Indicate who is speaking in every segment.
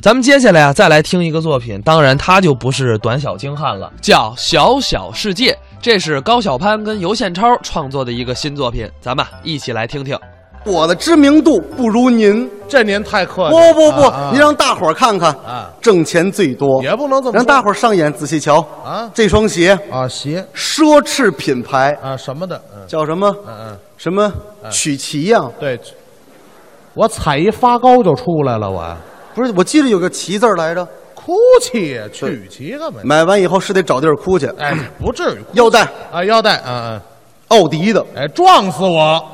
Speaker 1: 咱们接下来啊，再来听一个作品，当然它就不是短小精悍了，叫《小小世界》，这是高晓攀跟尤宪超创作的一个新作品，咱们啊一起来听听。
Speaker 2: 我的知名度不如您，
Speaker 3: 这您太客气了。
Speaker 2: 不不不，
Speaker 3: 啊
Speaker 2: 您让大伙儿看看，
Speaker 3: 啊
Speaker 2: 挣钱最多，
Speaker 3: 也不能这么说
Speaker 2: 让大伙儿上眼仔细瞧
Speaker 3: 啊
Speaker 2: 这双鞋
Speaker 3: 啊鞋
Speaker 2: 奢侈品牌
Speaker 3: 啊什么的，嗯
Speaker 2: 叫什么？
Speaker 3: 嗯嗯，
Speaker 2: 什么曲奇呀、
Speaker 3: 对，我踩一发糕就出来了，我
Speaker 2: 不是，我记得有个“奇”字儿来着。
Speaker 3: 哭泣呀，曲奇干嘛？
Speaker 2: 买完以后是得找地儿哭去。
Speaker 3: 哎，不至于哭
Speaker 2: 腰带，
Speaker 3: 啊，腰带，嗯
Speaker 2: 奥迪的，
Speaker 3: 嗯，哎，撞死我！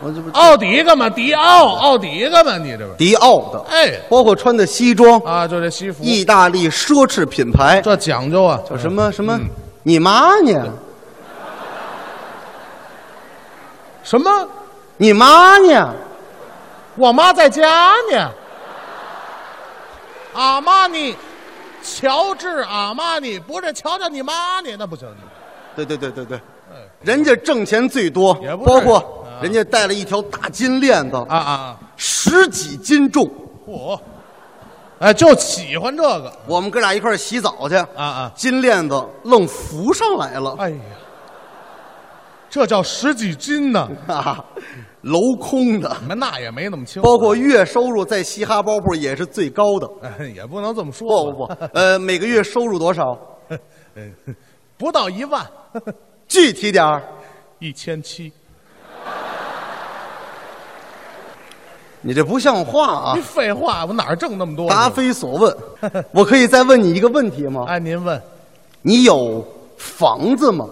Speaker 2: 我这不
Speaker 3: 奥迪干嘛？迪奥，奥迪干嘛？你这不是？
Speaker 2: 迪奥的，
Speaker 3: 哎
Speaker 2: 包括穿的西装，
Speaker 3: 啊，就这西服，
Speaker 2: 意大利奢侈品牌，
Speaker 3: 这嗯讲究啊，
Speaker 2: 叫什么什么？你妈呢？
Speaker 3: 什么？
Speaker 2: 你妈呢？
Speaker 3: 我妈在家呢。阿玛尼，乔治阿玛尼，不是瞧瞧你妈呢，那不行。
Speaker 2: 对对对对对，人家挣钱最多
Speaker 3: 哎也，不是
Speaker 2: 包括人家戴了一条大金链子，
Speaker 3: 啊啊！
Speaker 2: 十几斤重。
Speaker 3: 嚯！哎，就喜欢这个
Speaker 2: 我们哥俩一块儿洗澡去，
Speaker 3: 啊啊！
Speaker 2: 金链子愣浮上来了，
Speaker 3: 哎呀，这叫十几斤呢，
Speaker 2: 哈哈，镂空的。
Speaker 3: 你们那也没那么轻，
Speaker 2: 包括月收入在嘻哈包铺也是最高的。
Speaker 3: 哎 也不能这么说
Speaker 2: 不不不，呃，每个月收入多少？
Speaker 3: 不，不到一万，
Speaker 2: 具体点儿。
Speaker 3: 一千七，
Speaker 2: 你这不像话啊
Speaker 3: 你！废话，我哪儿挣那么多？
Speaker 2: 答非所 问。我可以再问你一个问题吗？
Speaker 3: 哎，您问
Speaker 2: 你有房子吗？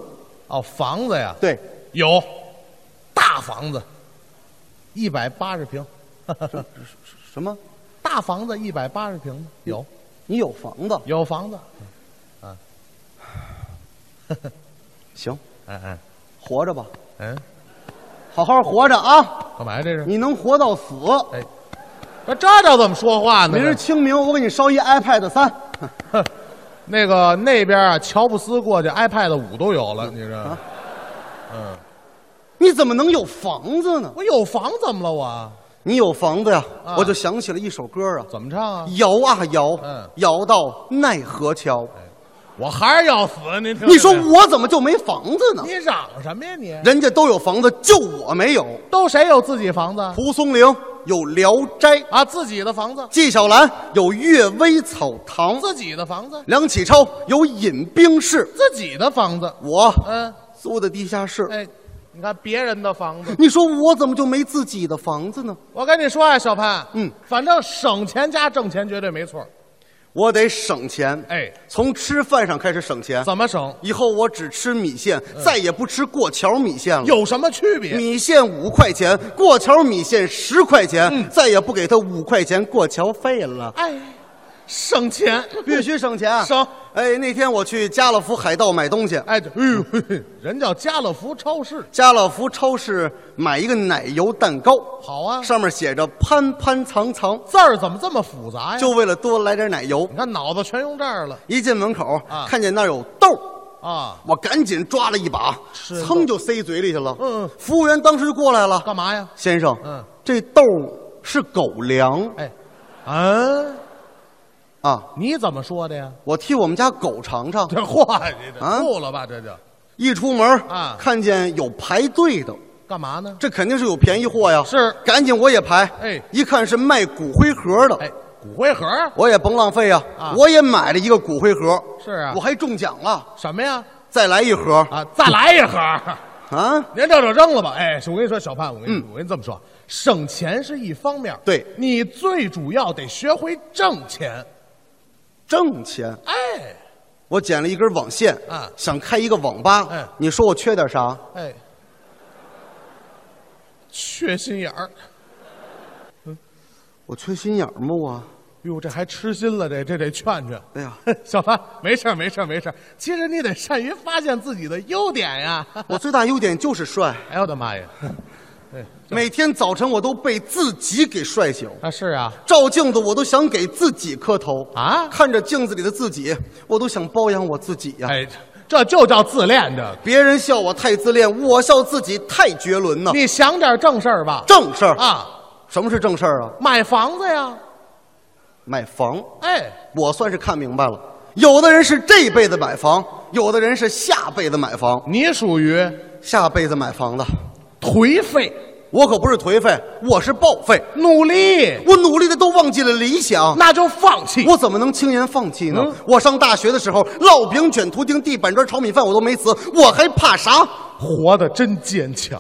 Speaker 3: 哦，房子呀，
Speaker 2: 对，
Speaker 3: 有，大房子，一百八十平，
Speaker 2: 什么？
Speaker 3: 大房子一百八十平，有
Speaker 2: 你有房子？
Speaker 3: 有房子，
Speaker 2: 行，
Speaker 3: 哎哎
Speaker 2: 活着吧，
Speaker 3: 嗯，
Speaker 2: 好好活着啊！
Speaker 3: 干嘛呀这是？
Speaker 2: 你能活到死，
Speaker 3: 不是这叫怎么说话呢？
Speaker 2: 明儿清明我给你烧一 iPad 三。
Speaker 3: 那个那边啊，乔布斯过去，iPad 五都有了，你这、
Speaker 2: 你怎么能有房子呢？
Speaker 3: 我有房怎么了我？
Speaker 2: 你有房子呀，
Speaker 3: 啊
Speaker 2: 我就想起了一首歌啊，
Speaker 3: 怎么唱啊？
Speaker 2: 摇啊摇，
Speaker 3: 嗯
Speaker 2: 摇到奈何桥。
Speaker 3: 我还是要死，您听
Speaker 2: 你说我怎么就没房子呢？
Speaker 3: 你嚷什么呀你？
Speaker 2: 人家都有房子，就我没有。
Speaker 3: 都谁有自己房子
Speaker 2: 蒲松龄有《聊斋》，
Speaker 3: 啊？自己的房子，
Speaker 2: 纪晓岚有《阅微草堂》，
Speaker 3: 自己的房子，
Speaker 2: 梁启超有《饮冰室
Speaker 3: 自己的房子。》，
Speaker 2: 我
Speaker 3: 嗯，
Speaker 2: 租的地下室。
Speaker 3: 哎，你看别人的房子，
Speaker 2: 你说我怎么就没自己的房子呢？
Speaker 3: 我跟你说啊，小潘，
Speaker 2: 嗯，
Speaker 3: 反正省钱加挣钱绝对没错。
Speaker 2: 我得省钱，
Speaker 3: 哎，
Speaker 2: 从吃饭上开始省钱。
Speaker 3: 怎么省？
Speaker 2: 以后我只吃米线，
Speaker 3: 嗯
Speaker 2: 再也不吃过桥米线了。
Speaker 3: 有什么区别？
Speaker 2: 米线五块钱，过桥米线十块
Speaker 3: 嗯
Speaker 2: 钱，再也不给他五块钱过桥费 了。
Speaker 3: 哎，省钱。
Speaker 2: 必须省钱啊，
Speaker 3: 省
Speaker 2: 哎，那天我去家乐福海盗买东西，
Speaker 3: 哎，对哎呦，嘿 嘿人叫家乐福超市，
Speaker 2: 家乐福超市买一个奶油蛋糕，
Speaker 3: 好啊。
Speaker 2: 上面写着“潘潘藏藏
Speaker 3: 字儿怎么这么复杂呀？”，
Speaker 2: 就为了多来点奶油
Speaker 3: 你。看脑子全用这儿了
Speaker 2: 一进门口
Speaker 3: 啊，
Speaker 2: 看见那儿有豆，
Speaker 3: 啊！
Speaker 2: 我赶紧抓了一把，
Speaker 3: 吃了
Speaker 2: 噌就塞嘴里去了。
Speaker 3: 嗯嗯啊
Speaker 2: 服务员当时就过来了，
Speaker 3: 干嘛呀？
Speaker 2: 先生，
Speaker 3: 嗯
Speaker 2: 这豆是狗粮
Speaker 3: 哎，嗯，
Speaker 2: 啊，
Speaker 3: 你怎么说的呀？
Speaker 2: 我替我们家狗尝尝。
Speaker 3: 这话你这
Speaker 2: 啊
Speaker 3: 吐了吧？这就
Speaker 2: 一出门
Speaker 3: 啊
Speaker 2: 看见有排队的，
Speaker 3: 干嘛呢？
Speaker 2: 这肯定是有便宜货呀。
Speaker 3: 是
Speaker 2: 赶紧我也排。
Speaker 3: 哎
Speaker 2: 一看是卖骨灰盒的，
Speaker 3: 哎，骨灰盒
Speaker 2: 我也甭浪费呀、
Speaker 3: 啊
Speaker 2: 我也买了一个骨灰盒。
Speaker 3: 是啊
Speaker 2: 我还中奖了，
Speaker 3: 什么呀？
Speaker 2: 再来一盒
Speaker 3: 啊，再来一盒，
Speaker 2: 啊！
Speaker 3: 您这就扔了吧。哎，我跟你说，小盼，我跟你、我跟你这么说，省钱是一方面，
Speaker 2: 嗯对
Speaker 3: 你最主要得学会挣钱。
Speaker 2: 挣钱，
Speaker 3: 哎
Speaker 2: 我捡了一根网线
Speaker 3: 啊
Speaker 2: 想开一个网吧。
Speaker 3: 哎
Speaker 2: 你说我缺点啥？
Speaker 3: 哎，缺心眼儿。
Speaker 2: 我缺心眼儿吗？我，
Speaker 3: 哟，这还痴心了，这这得劝劝。
Speaker 2: 哎呀，
Speaker 3: 小潘，没事儿没事儿没事儿。其实你得善于发现自己的优点呀。
Speaker 2: 我最大优点就是帅。
Speaker 3: 哎呦我的妈 呀！
Speaker 2: 每天早晨我都被自己给帅醒，
Speaker 3: 啊是啊
Speaker 2: 照镜子我都想给自己磕头。
Speaker 3: 啊！
Speaker 2: 看着镜子里的自己，我都想包养我自己呀、
Speaker 3: 哎，这就叫自恋这个。
Speaker 2: 别人笑我太自恋，我笑自己太绝伦呐。
Speaker 3: 你想哦点正事儿吧。
Speaker 2: 正事儿，
Speaker 3: 啊，
Speaker 2: 什么是正事儿啊？
Speaker 3: 买房子呀，
Speaker 2: 买房。
Speaker 3: 哎，
Speaker 2: 我算是看明白了，有的人是这辈子买房，有的人是下辈子买房，
Speaker 3: 你属于
Speaker 2: 下辈子买房的。
Speaker 3: 颓废，
Speaker 2: 我可不是颓废，我是报废。
Speaker 3: 努力，
Speaker 2: 我努力的都忘记了理想，
Speaker 3: 那就放 弃。
Speaker 2: 我怎么能轻言放弃呢？
Speaker 3: 嗯
Speaker 2: 我上大学的时候，烙饼、卷图钉、地板砖、炒米饭我都没辞，我还怕啥？
Speaker 3: 活得真坚强，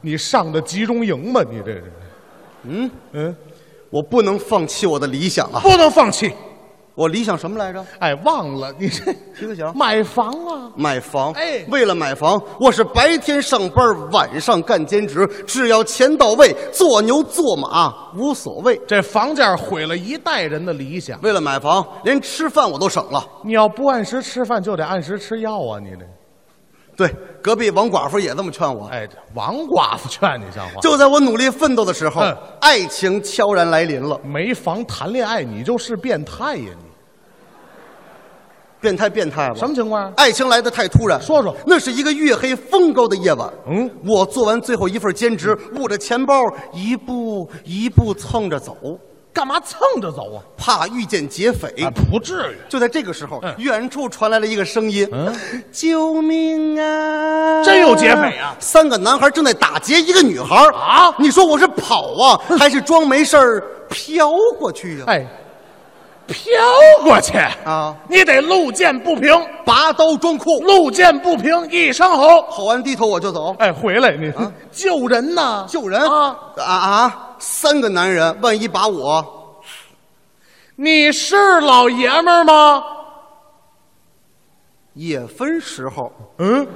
Speaker 3: 你上的集中营吧？你这是，嗯嗯，
Speaker 2: 我不能放弃我的理想啊！
Speaker 3: 不能放弃。
Speaker 2: 我理想什么来着？
Speaker 3: 哎，忘了你这
Speaker 2: 听得响
Speaker 3: 买房啊，
Speaker 2: 买房。
Speaker 3: 哎
Speaker 2: 为了买房，我是白天上班，晚上干兼职，只要钱到位，做牛做马无所谓。
Speaker 3: 这房价毁了一代人的理想。
Speaker 2: 为了买房，连吃饭我都省了。
Speaker 3: 你要不按时吃饭，就得按时吃药啊！你这，
Speaker 2: 对，隔壁王寡妇也这么劝我。
Speaker 3: 哎，这王寡妇劝你像话，
Speaker 2: 就在我努力奋斗的时候，
Speaker 3: 嗯
Speaker 2: 爱情悄然来临了。
Speaker 3: 没房谈恋爱，你就是变态呀！你
Speaker 2: 变态，变态吧？
Speaker 3: 什么情况？啊
Speaker 2: 爱情来得太突然。
Speaker 3: 说说
Speaker 2: 那是一个月黑风高的夜晚。
Speaker 3: 嗯，
Speaker 2: 我做完最后一份兼职，捂着钱包，一步一步蹭着走，
Speaker 3: 干嘛蹭着走啊？
Speaker 2: 怕遇见劫匪。
Speaker 3: 啊，不至于，
Speaker 2: 就在这个时候，
Speaker 3: 嗯
Speaker 2: 远处传来了一个声音：“
Speaker 3: 嗯
Speaker 2: 救命啊！”
Speaker 3: 真有劫匪啊
Speaker 2: 三个男孩正在打劫一个女孩
Speaker 3: 啊
Speaker 2: 你说我是跑啊，还是装没事儿飘过去呀、
Speaker 3: 哎，飘过去
Speaker 2: 啊！
Speaker 3: 你得路见不平，
Speaker 2: 拔刀装酷，
Speaker 3: 路见不平一声吼。
Speaker 2: 吼完低头我就走。
Speaker 3: 哎，回来你、救人呐，
Speaker 2: 救人
Speaker 3: 啊！
Speaker 2: 啊啊！三个男人，万一把我
Speaker 3: 你是老爷们儿吗？
Speaker 2: 也分时候。
Speaker 3: 嗯，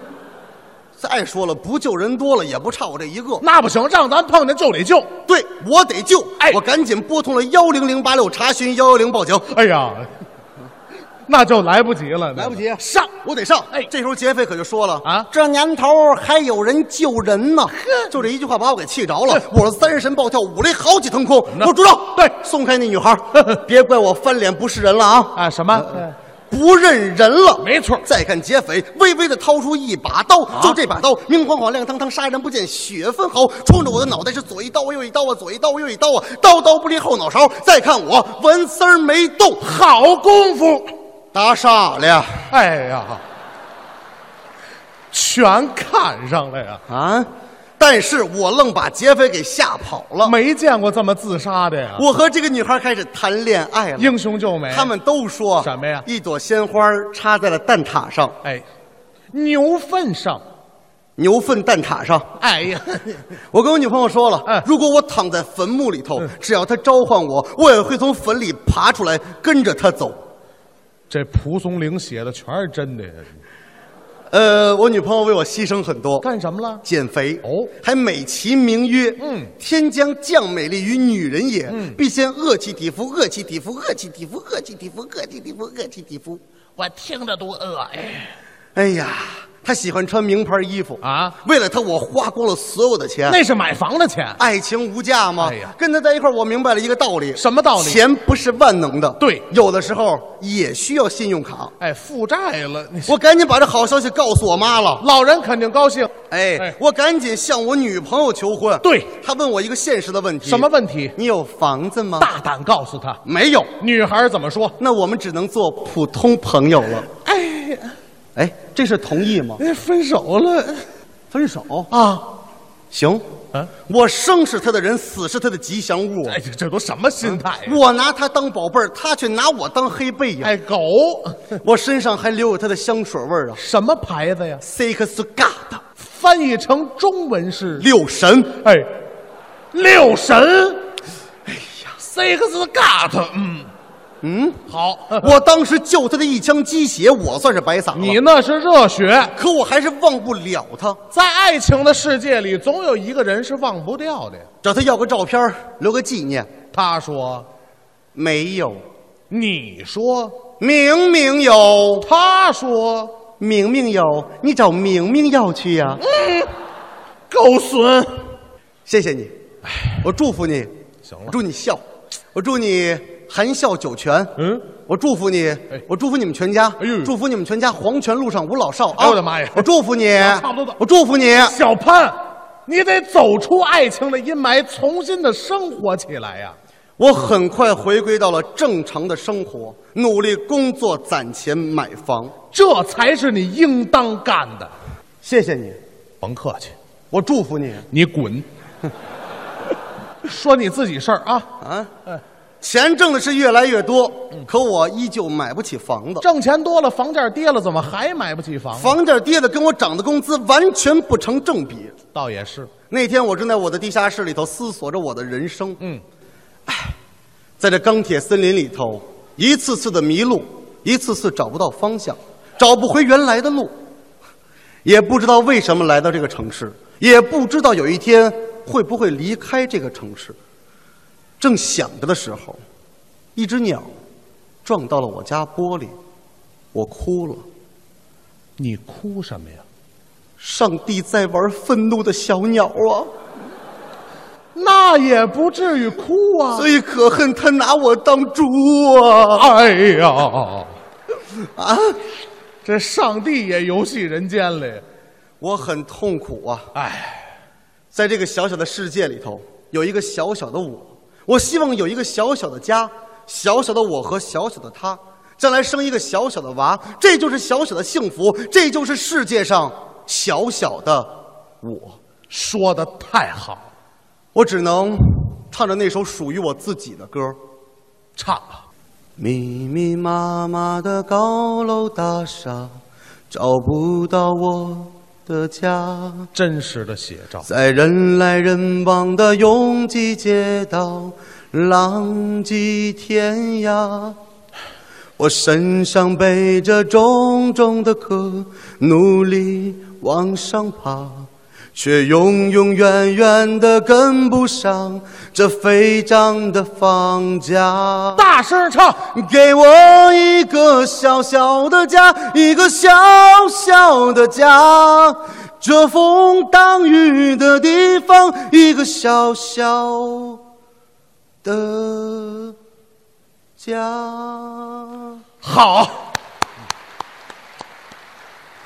Speaker 2: 再说了，不救人多了，也不差我这一个。
Speaker 3: 那不行，让咱碰见就得救。
Speaker 2: 对我得救，
Speaker 3: 哎
Speaker 2: 我赶紧拨通了幺零零八六查询幺幺零报警，
Speaker 3: 哎呀，那就来不及了，
Speaker 2: 来不及
Speaker 3: 上。
Speaker 2: 我得上。
Speaker 3: 哎
Speaker 2: 这时候劫匪可就说了
Speaker 3: 啊
Speaker 2: 这年头还有人救人呢。就这一句话把我给气着了，我是三神暴跳，五雷好几腾空。
Speaker 3: 呢
Speaker 2: 我住手！
Speaker 3: 对
Speaker 2: 松开那女孩，别怪我翻脸不是人了啊！
Speaker 3: 啊，什么？
Speaker 2: 不认人了，
Speaker 3: 没错
Speaker 2: 再看劫匪微微的掏出一把刀，
Speaker 3: 啊
Speaker 2: 就这把刀明晃晃、亮堂堂，杀人不见血分毫，冲着我的脑袋是左一刀右一刀啊，左一刀右一刀啊，刀刀不离后脑勺。再看我纹丝儿没动，
Speaker 3: 好功夫！
Speaker 2: 打傻了呀！
Speaker 3: 哎呀，全看上了呀，
Speaker 2: 啊！但是我愣把劫匪给吓跑了。
Speaker 3: 没见过这么自杀的呀！
Speaker 2: 我和这个女孩开始谈恋爱了，
Speaker 3: 英雄救美，
Speaker 2: 他们都说
Speaker 3: 什么呀
Speaker 2: 一朵鲜花插在了蛋挞上，
Speaker 3: 哎，牛粪上，
Speaker 2: 牛粪蛋挞上。
Speaker 3: 哎呀，
Speaker 2: 我跟我女朋友说了，
Speaker 3: 嗯
Speaker 2: 如果我躺在坟墓里头，只要她召唤我，我也会从坟里爬出来，跟着她走。
Speaker 3: 这蒲松龄写的全是真的呀！
Speaker 2: 呃，我女朋友为我牺牲很多，
Speaker 3: 干什么了？
Speaker 2: 减肥
Speaker 3: 哦
Speaker 2: 还美其名曰
Speaker 3: 嗯
Speaker 2: 天将降美丽于女人也，必先饿其体肤，饿其体肤，饿其体肤，饿其体肤，饿其体肤，饿其体肤。
Speaker 4: 我听着都饿哎。
Speaker 2: 哎呀，她喜欢穿名牌衣服
Speaker 3: 啊
Speaker 2: 为了她，我花光了所有的钱。
Speaker 3: 那是买房的钱，
Speaker 2: 爱情无价吗？
Speaker 3: 哎呀
Speaker 2: 跟他在一块儿，我明白了一个道理。
Speaker 3: 什么道理
Speaker 2: 钱不是万能的。
Speaker 3: 对
Speaker 2: 有的时候也需要信用卡。
Speaker 3: 哎，负债了，你
Speaker 2: 我赶紧把这好消息告诉我妈了。
Speaker 3: 老人肯定高兴。
Speaker 2: 哎，
Speaker 3: 哎
Speaker 2: 我赶紧向我女朋友求婚。
Speaker 3: 对
Speaker 2: 她问我一个现实的问题。
Speaker 3: 什么？问题？
Speaker 2: 你有房子吗？
Speaker 3: 大胆告诉他，
Speaker 2: 没有。
Speaker 3: 女孩怎么说？
Speaker 2: 那我们只能做普通朋友了。
Speaker 3: 哎，
Speaker 2: 哎，这是同意吗？
Speaker 3: 分手了
Speaker 2: 分手
Speaker 3: 啊？
Speaker 2: 行。
Speaker 3: 啊
Speaker 2: 我生是他的人，死是他的吉祥物。
Speaker 3: 哎，这这都什么心态呀？
Speaker 2: 我拿他当宝贝儿，他却拿我当黑贝呀。
Speaker 3: 哎，狗
Speaker 2: 我身上还留有它的香水味儿啊
Speaker 3: 什么牌子呀？
Speaker 2: ，Six God
Speaker 3: 翻译成中文是
Speaker 2: 六神。
Speaker 3: 哎，六神。哎呀，Six God，嗯
Speaker 2: 嗯，
Speaker 3: 好，
Speaker 2: 我当时救他的一枪鸡血，我算是白撒了。
Speaker 3: 你那是热血，
Speaker 2: 可我还是忘不了他，
Speaker 3: 在爱情的世界里，总有一个人是忘不掉的呀。
Speaker 2: 找他要个照片儿，留个纪念。
Speaker 3: 他说，
Speaker 2: 没有，
Speaker 3: 你说，
Speaker 2: 明明有，
Speaker 3: 他说，
Speaker 2: 明明有，你找明明要去呀、
Speaker 3: 狗损。
Speaker 2: 谢谢你，我祝福你，
Speaker 3: 行
Speaker 2: 我
Speaker 3: 了，
Speaker 2: 祝你笑，我祝你含笑九泉。
Speaker 3: 嗯，
Speaker 2: 我祝福你，我祝福你们全家，
Speaker 3: 哎呦
Speaker 2: 祝福你们全家黄泉路上无老少啊！
Speaker 3: 哎我的妈呀
Speaker 2: 我祝福你
Speaker 3: 差不多，
Speaker 2: 我祝福你，
Speaker 3: 小潘，你得走出爱情的阴霾，重新的生活起来呀。
Speaker 2: 我很快回归到了正常的生活，努力工作攒钱买房。
Speaker 3: 这才是你应当干的。
Speaker 2: 谢谢你，
Speaker 3: 甭客气，
Speaker 2: 我祝福你
Speaker 3: 你滚。 说你自己事儿啊，嗯
Speaker 2: 啊！钱挣的是越来越多，可我依旧买不起房子。
Speaker 3: 挣钱多了，房价跌了，怎么还买不起房？
Speaker 2: 房价跌的跟我涨的工资完全不成正比。
Speaker 3: 倒也是，
Speaker 2: 那天我正在我的地下室里头思索着我的人生，
Speaker 3: 嗯，
Speaker 2: 在这钢铁森林里头，一次次的迷路，一次次找不到方向，找不回原来的路，也不知道为什么来到这个城市，也不知道有一天会不会离开这个城市。正想着的时候，一只鸟撞到了我家玻璃，我哭了。
Speaker 3: 你哭什么呀？
Speaker 2: 上帝在玩愤怒的小鸟啊！
Speaker 3: 那也不至于哭啊。
Speaker 2: 最可恨他拿我当猪啊！
Speaker 3: 哎 呀，
Speaker 2: 啊，
Speaker 3: 这上帝也游戏人间了。
Speaker 2: 我很痛苦啊！
Speaker 3: 哎，
Speaker 2: 在这个小小的世界里头，有一个小小的我，我希望有一个小小的家，小小的我和小小的他，将来生一个小小的娃，这就是小小的幸福，这就是世界上小小的我。
Speaker 3: 说的太好，
Speaker 2: 我只能唱着那首属于我自己的歌。
Speaker 3: 唱吧。
Speaker 2: 密密麻麻的高楼大厦，找不到我的家。
Speaker 3: 真实的写照。
Speaker 2: 在人来人往的拥挤街道，浪迹天涯。我身上背着重重的壳，努力往上爬，却永永远远的跟不上这飞涨的房价。
Speaker 3: 大声唱，
Speaker 2: 给我一个小小的家，一个小小的家，遮风挡雨的地方，一个小小的家。
Speaker 3: 好，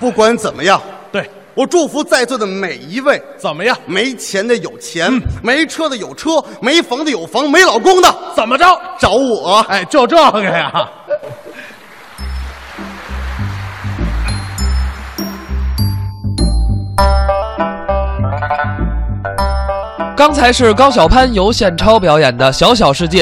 Speaker 2: 不管怎么样，
Speaker 3: 对，
Speaker 2: 我祝福在座的每一位。
Speaker 3: 怎么样？
Speaker 2: 没钱的有钱，没车的有车，没房的有房，没老公的
Speaker 3: 怎么着？
Speaker 2: 找我。
Speaker 3: 哎，就这个呀。
Speaker 1: 刚才是高晓攀由现超表演的《小小世界》。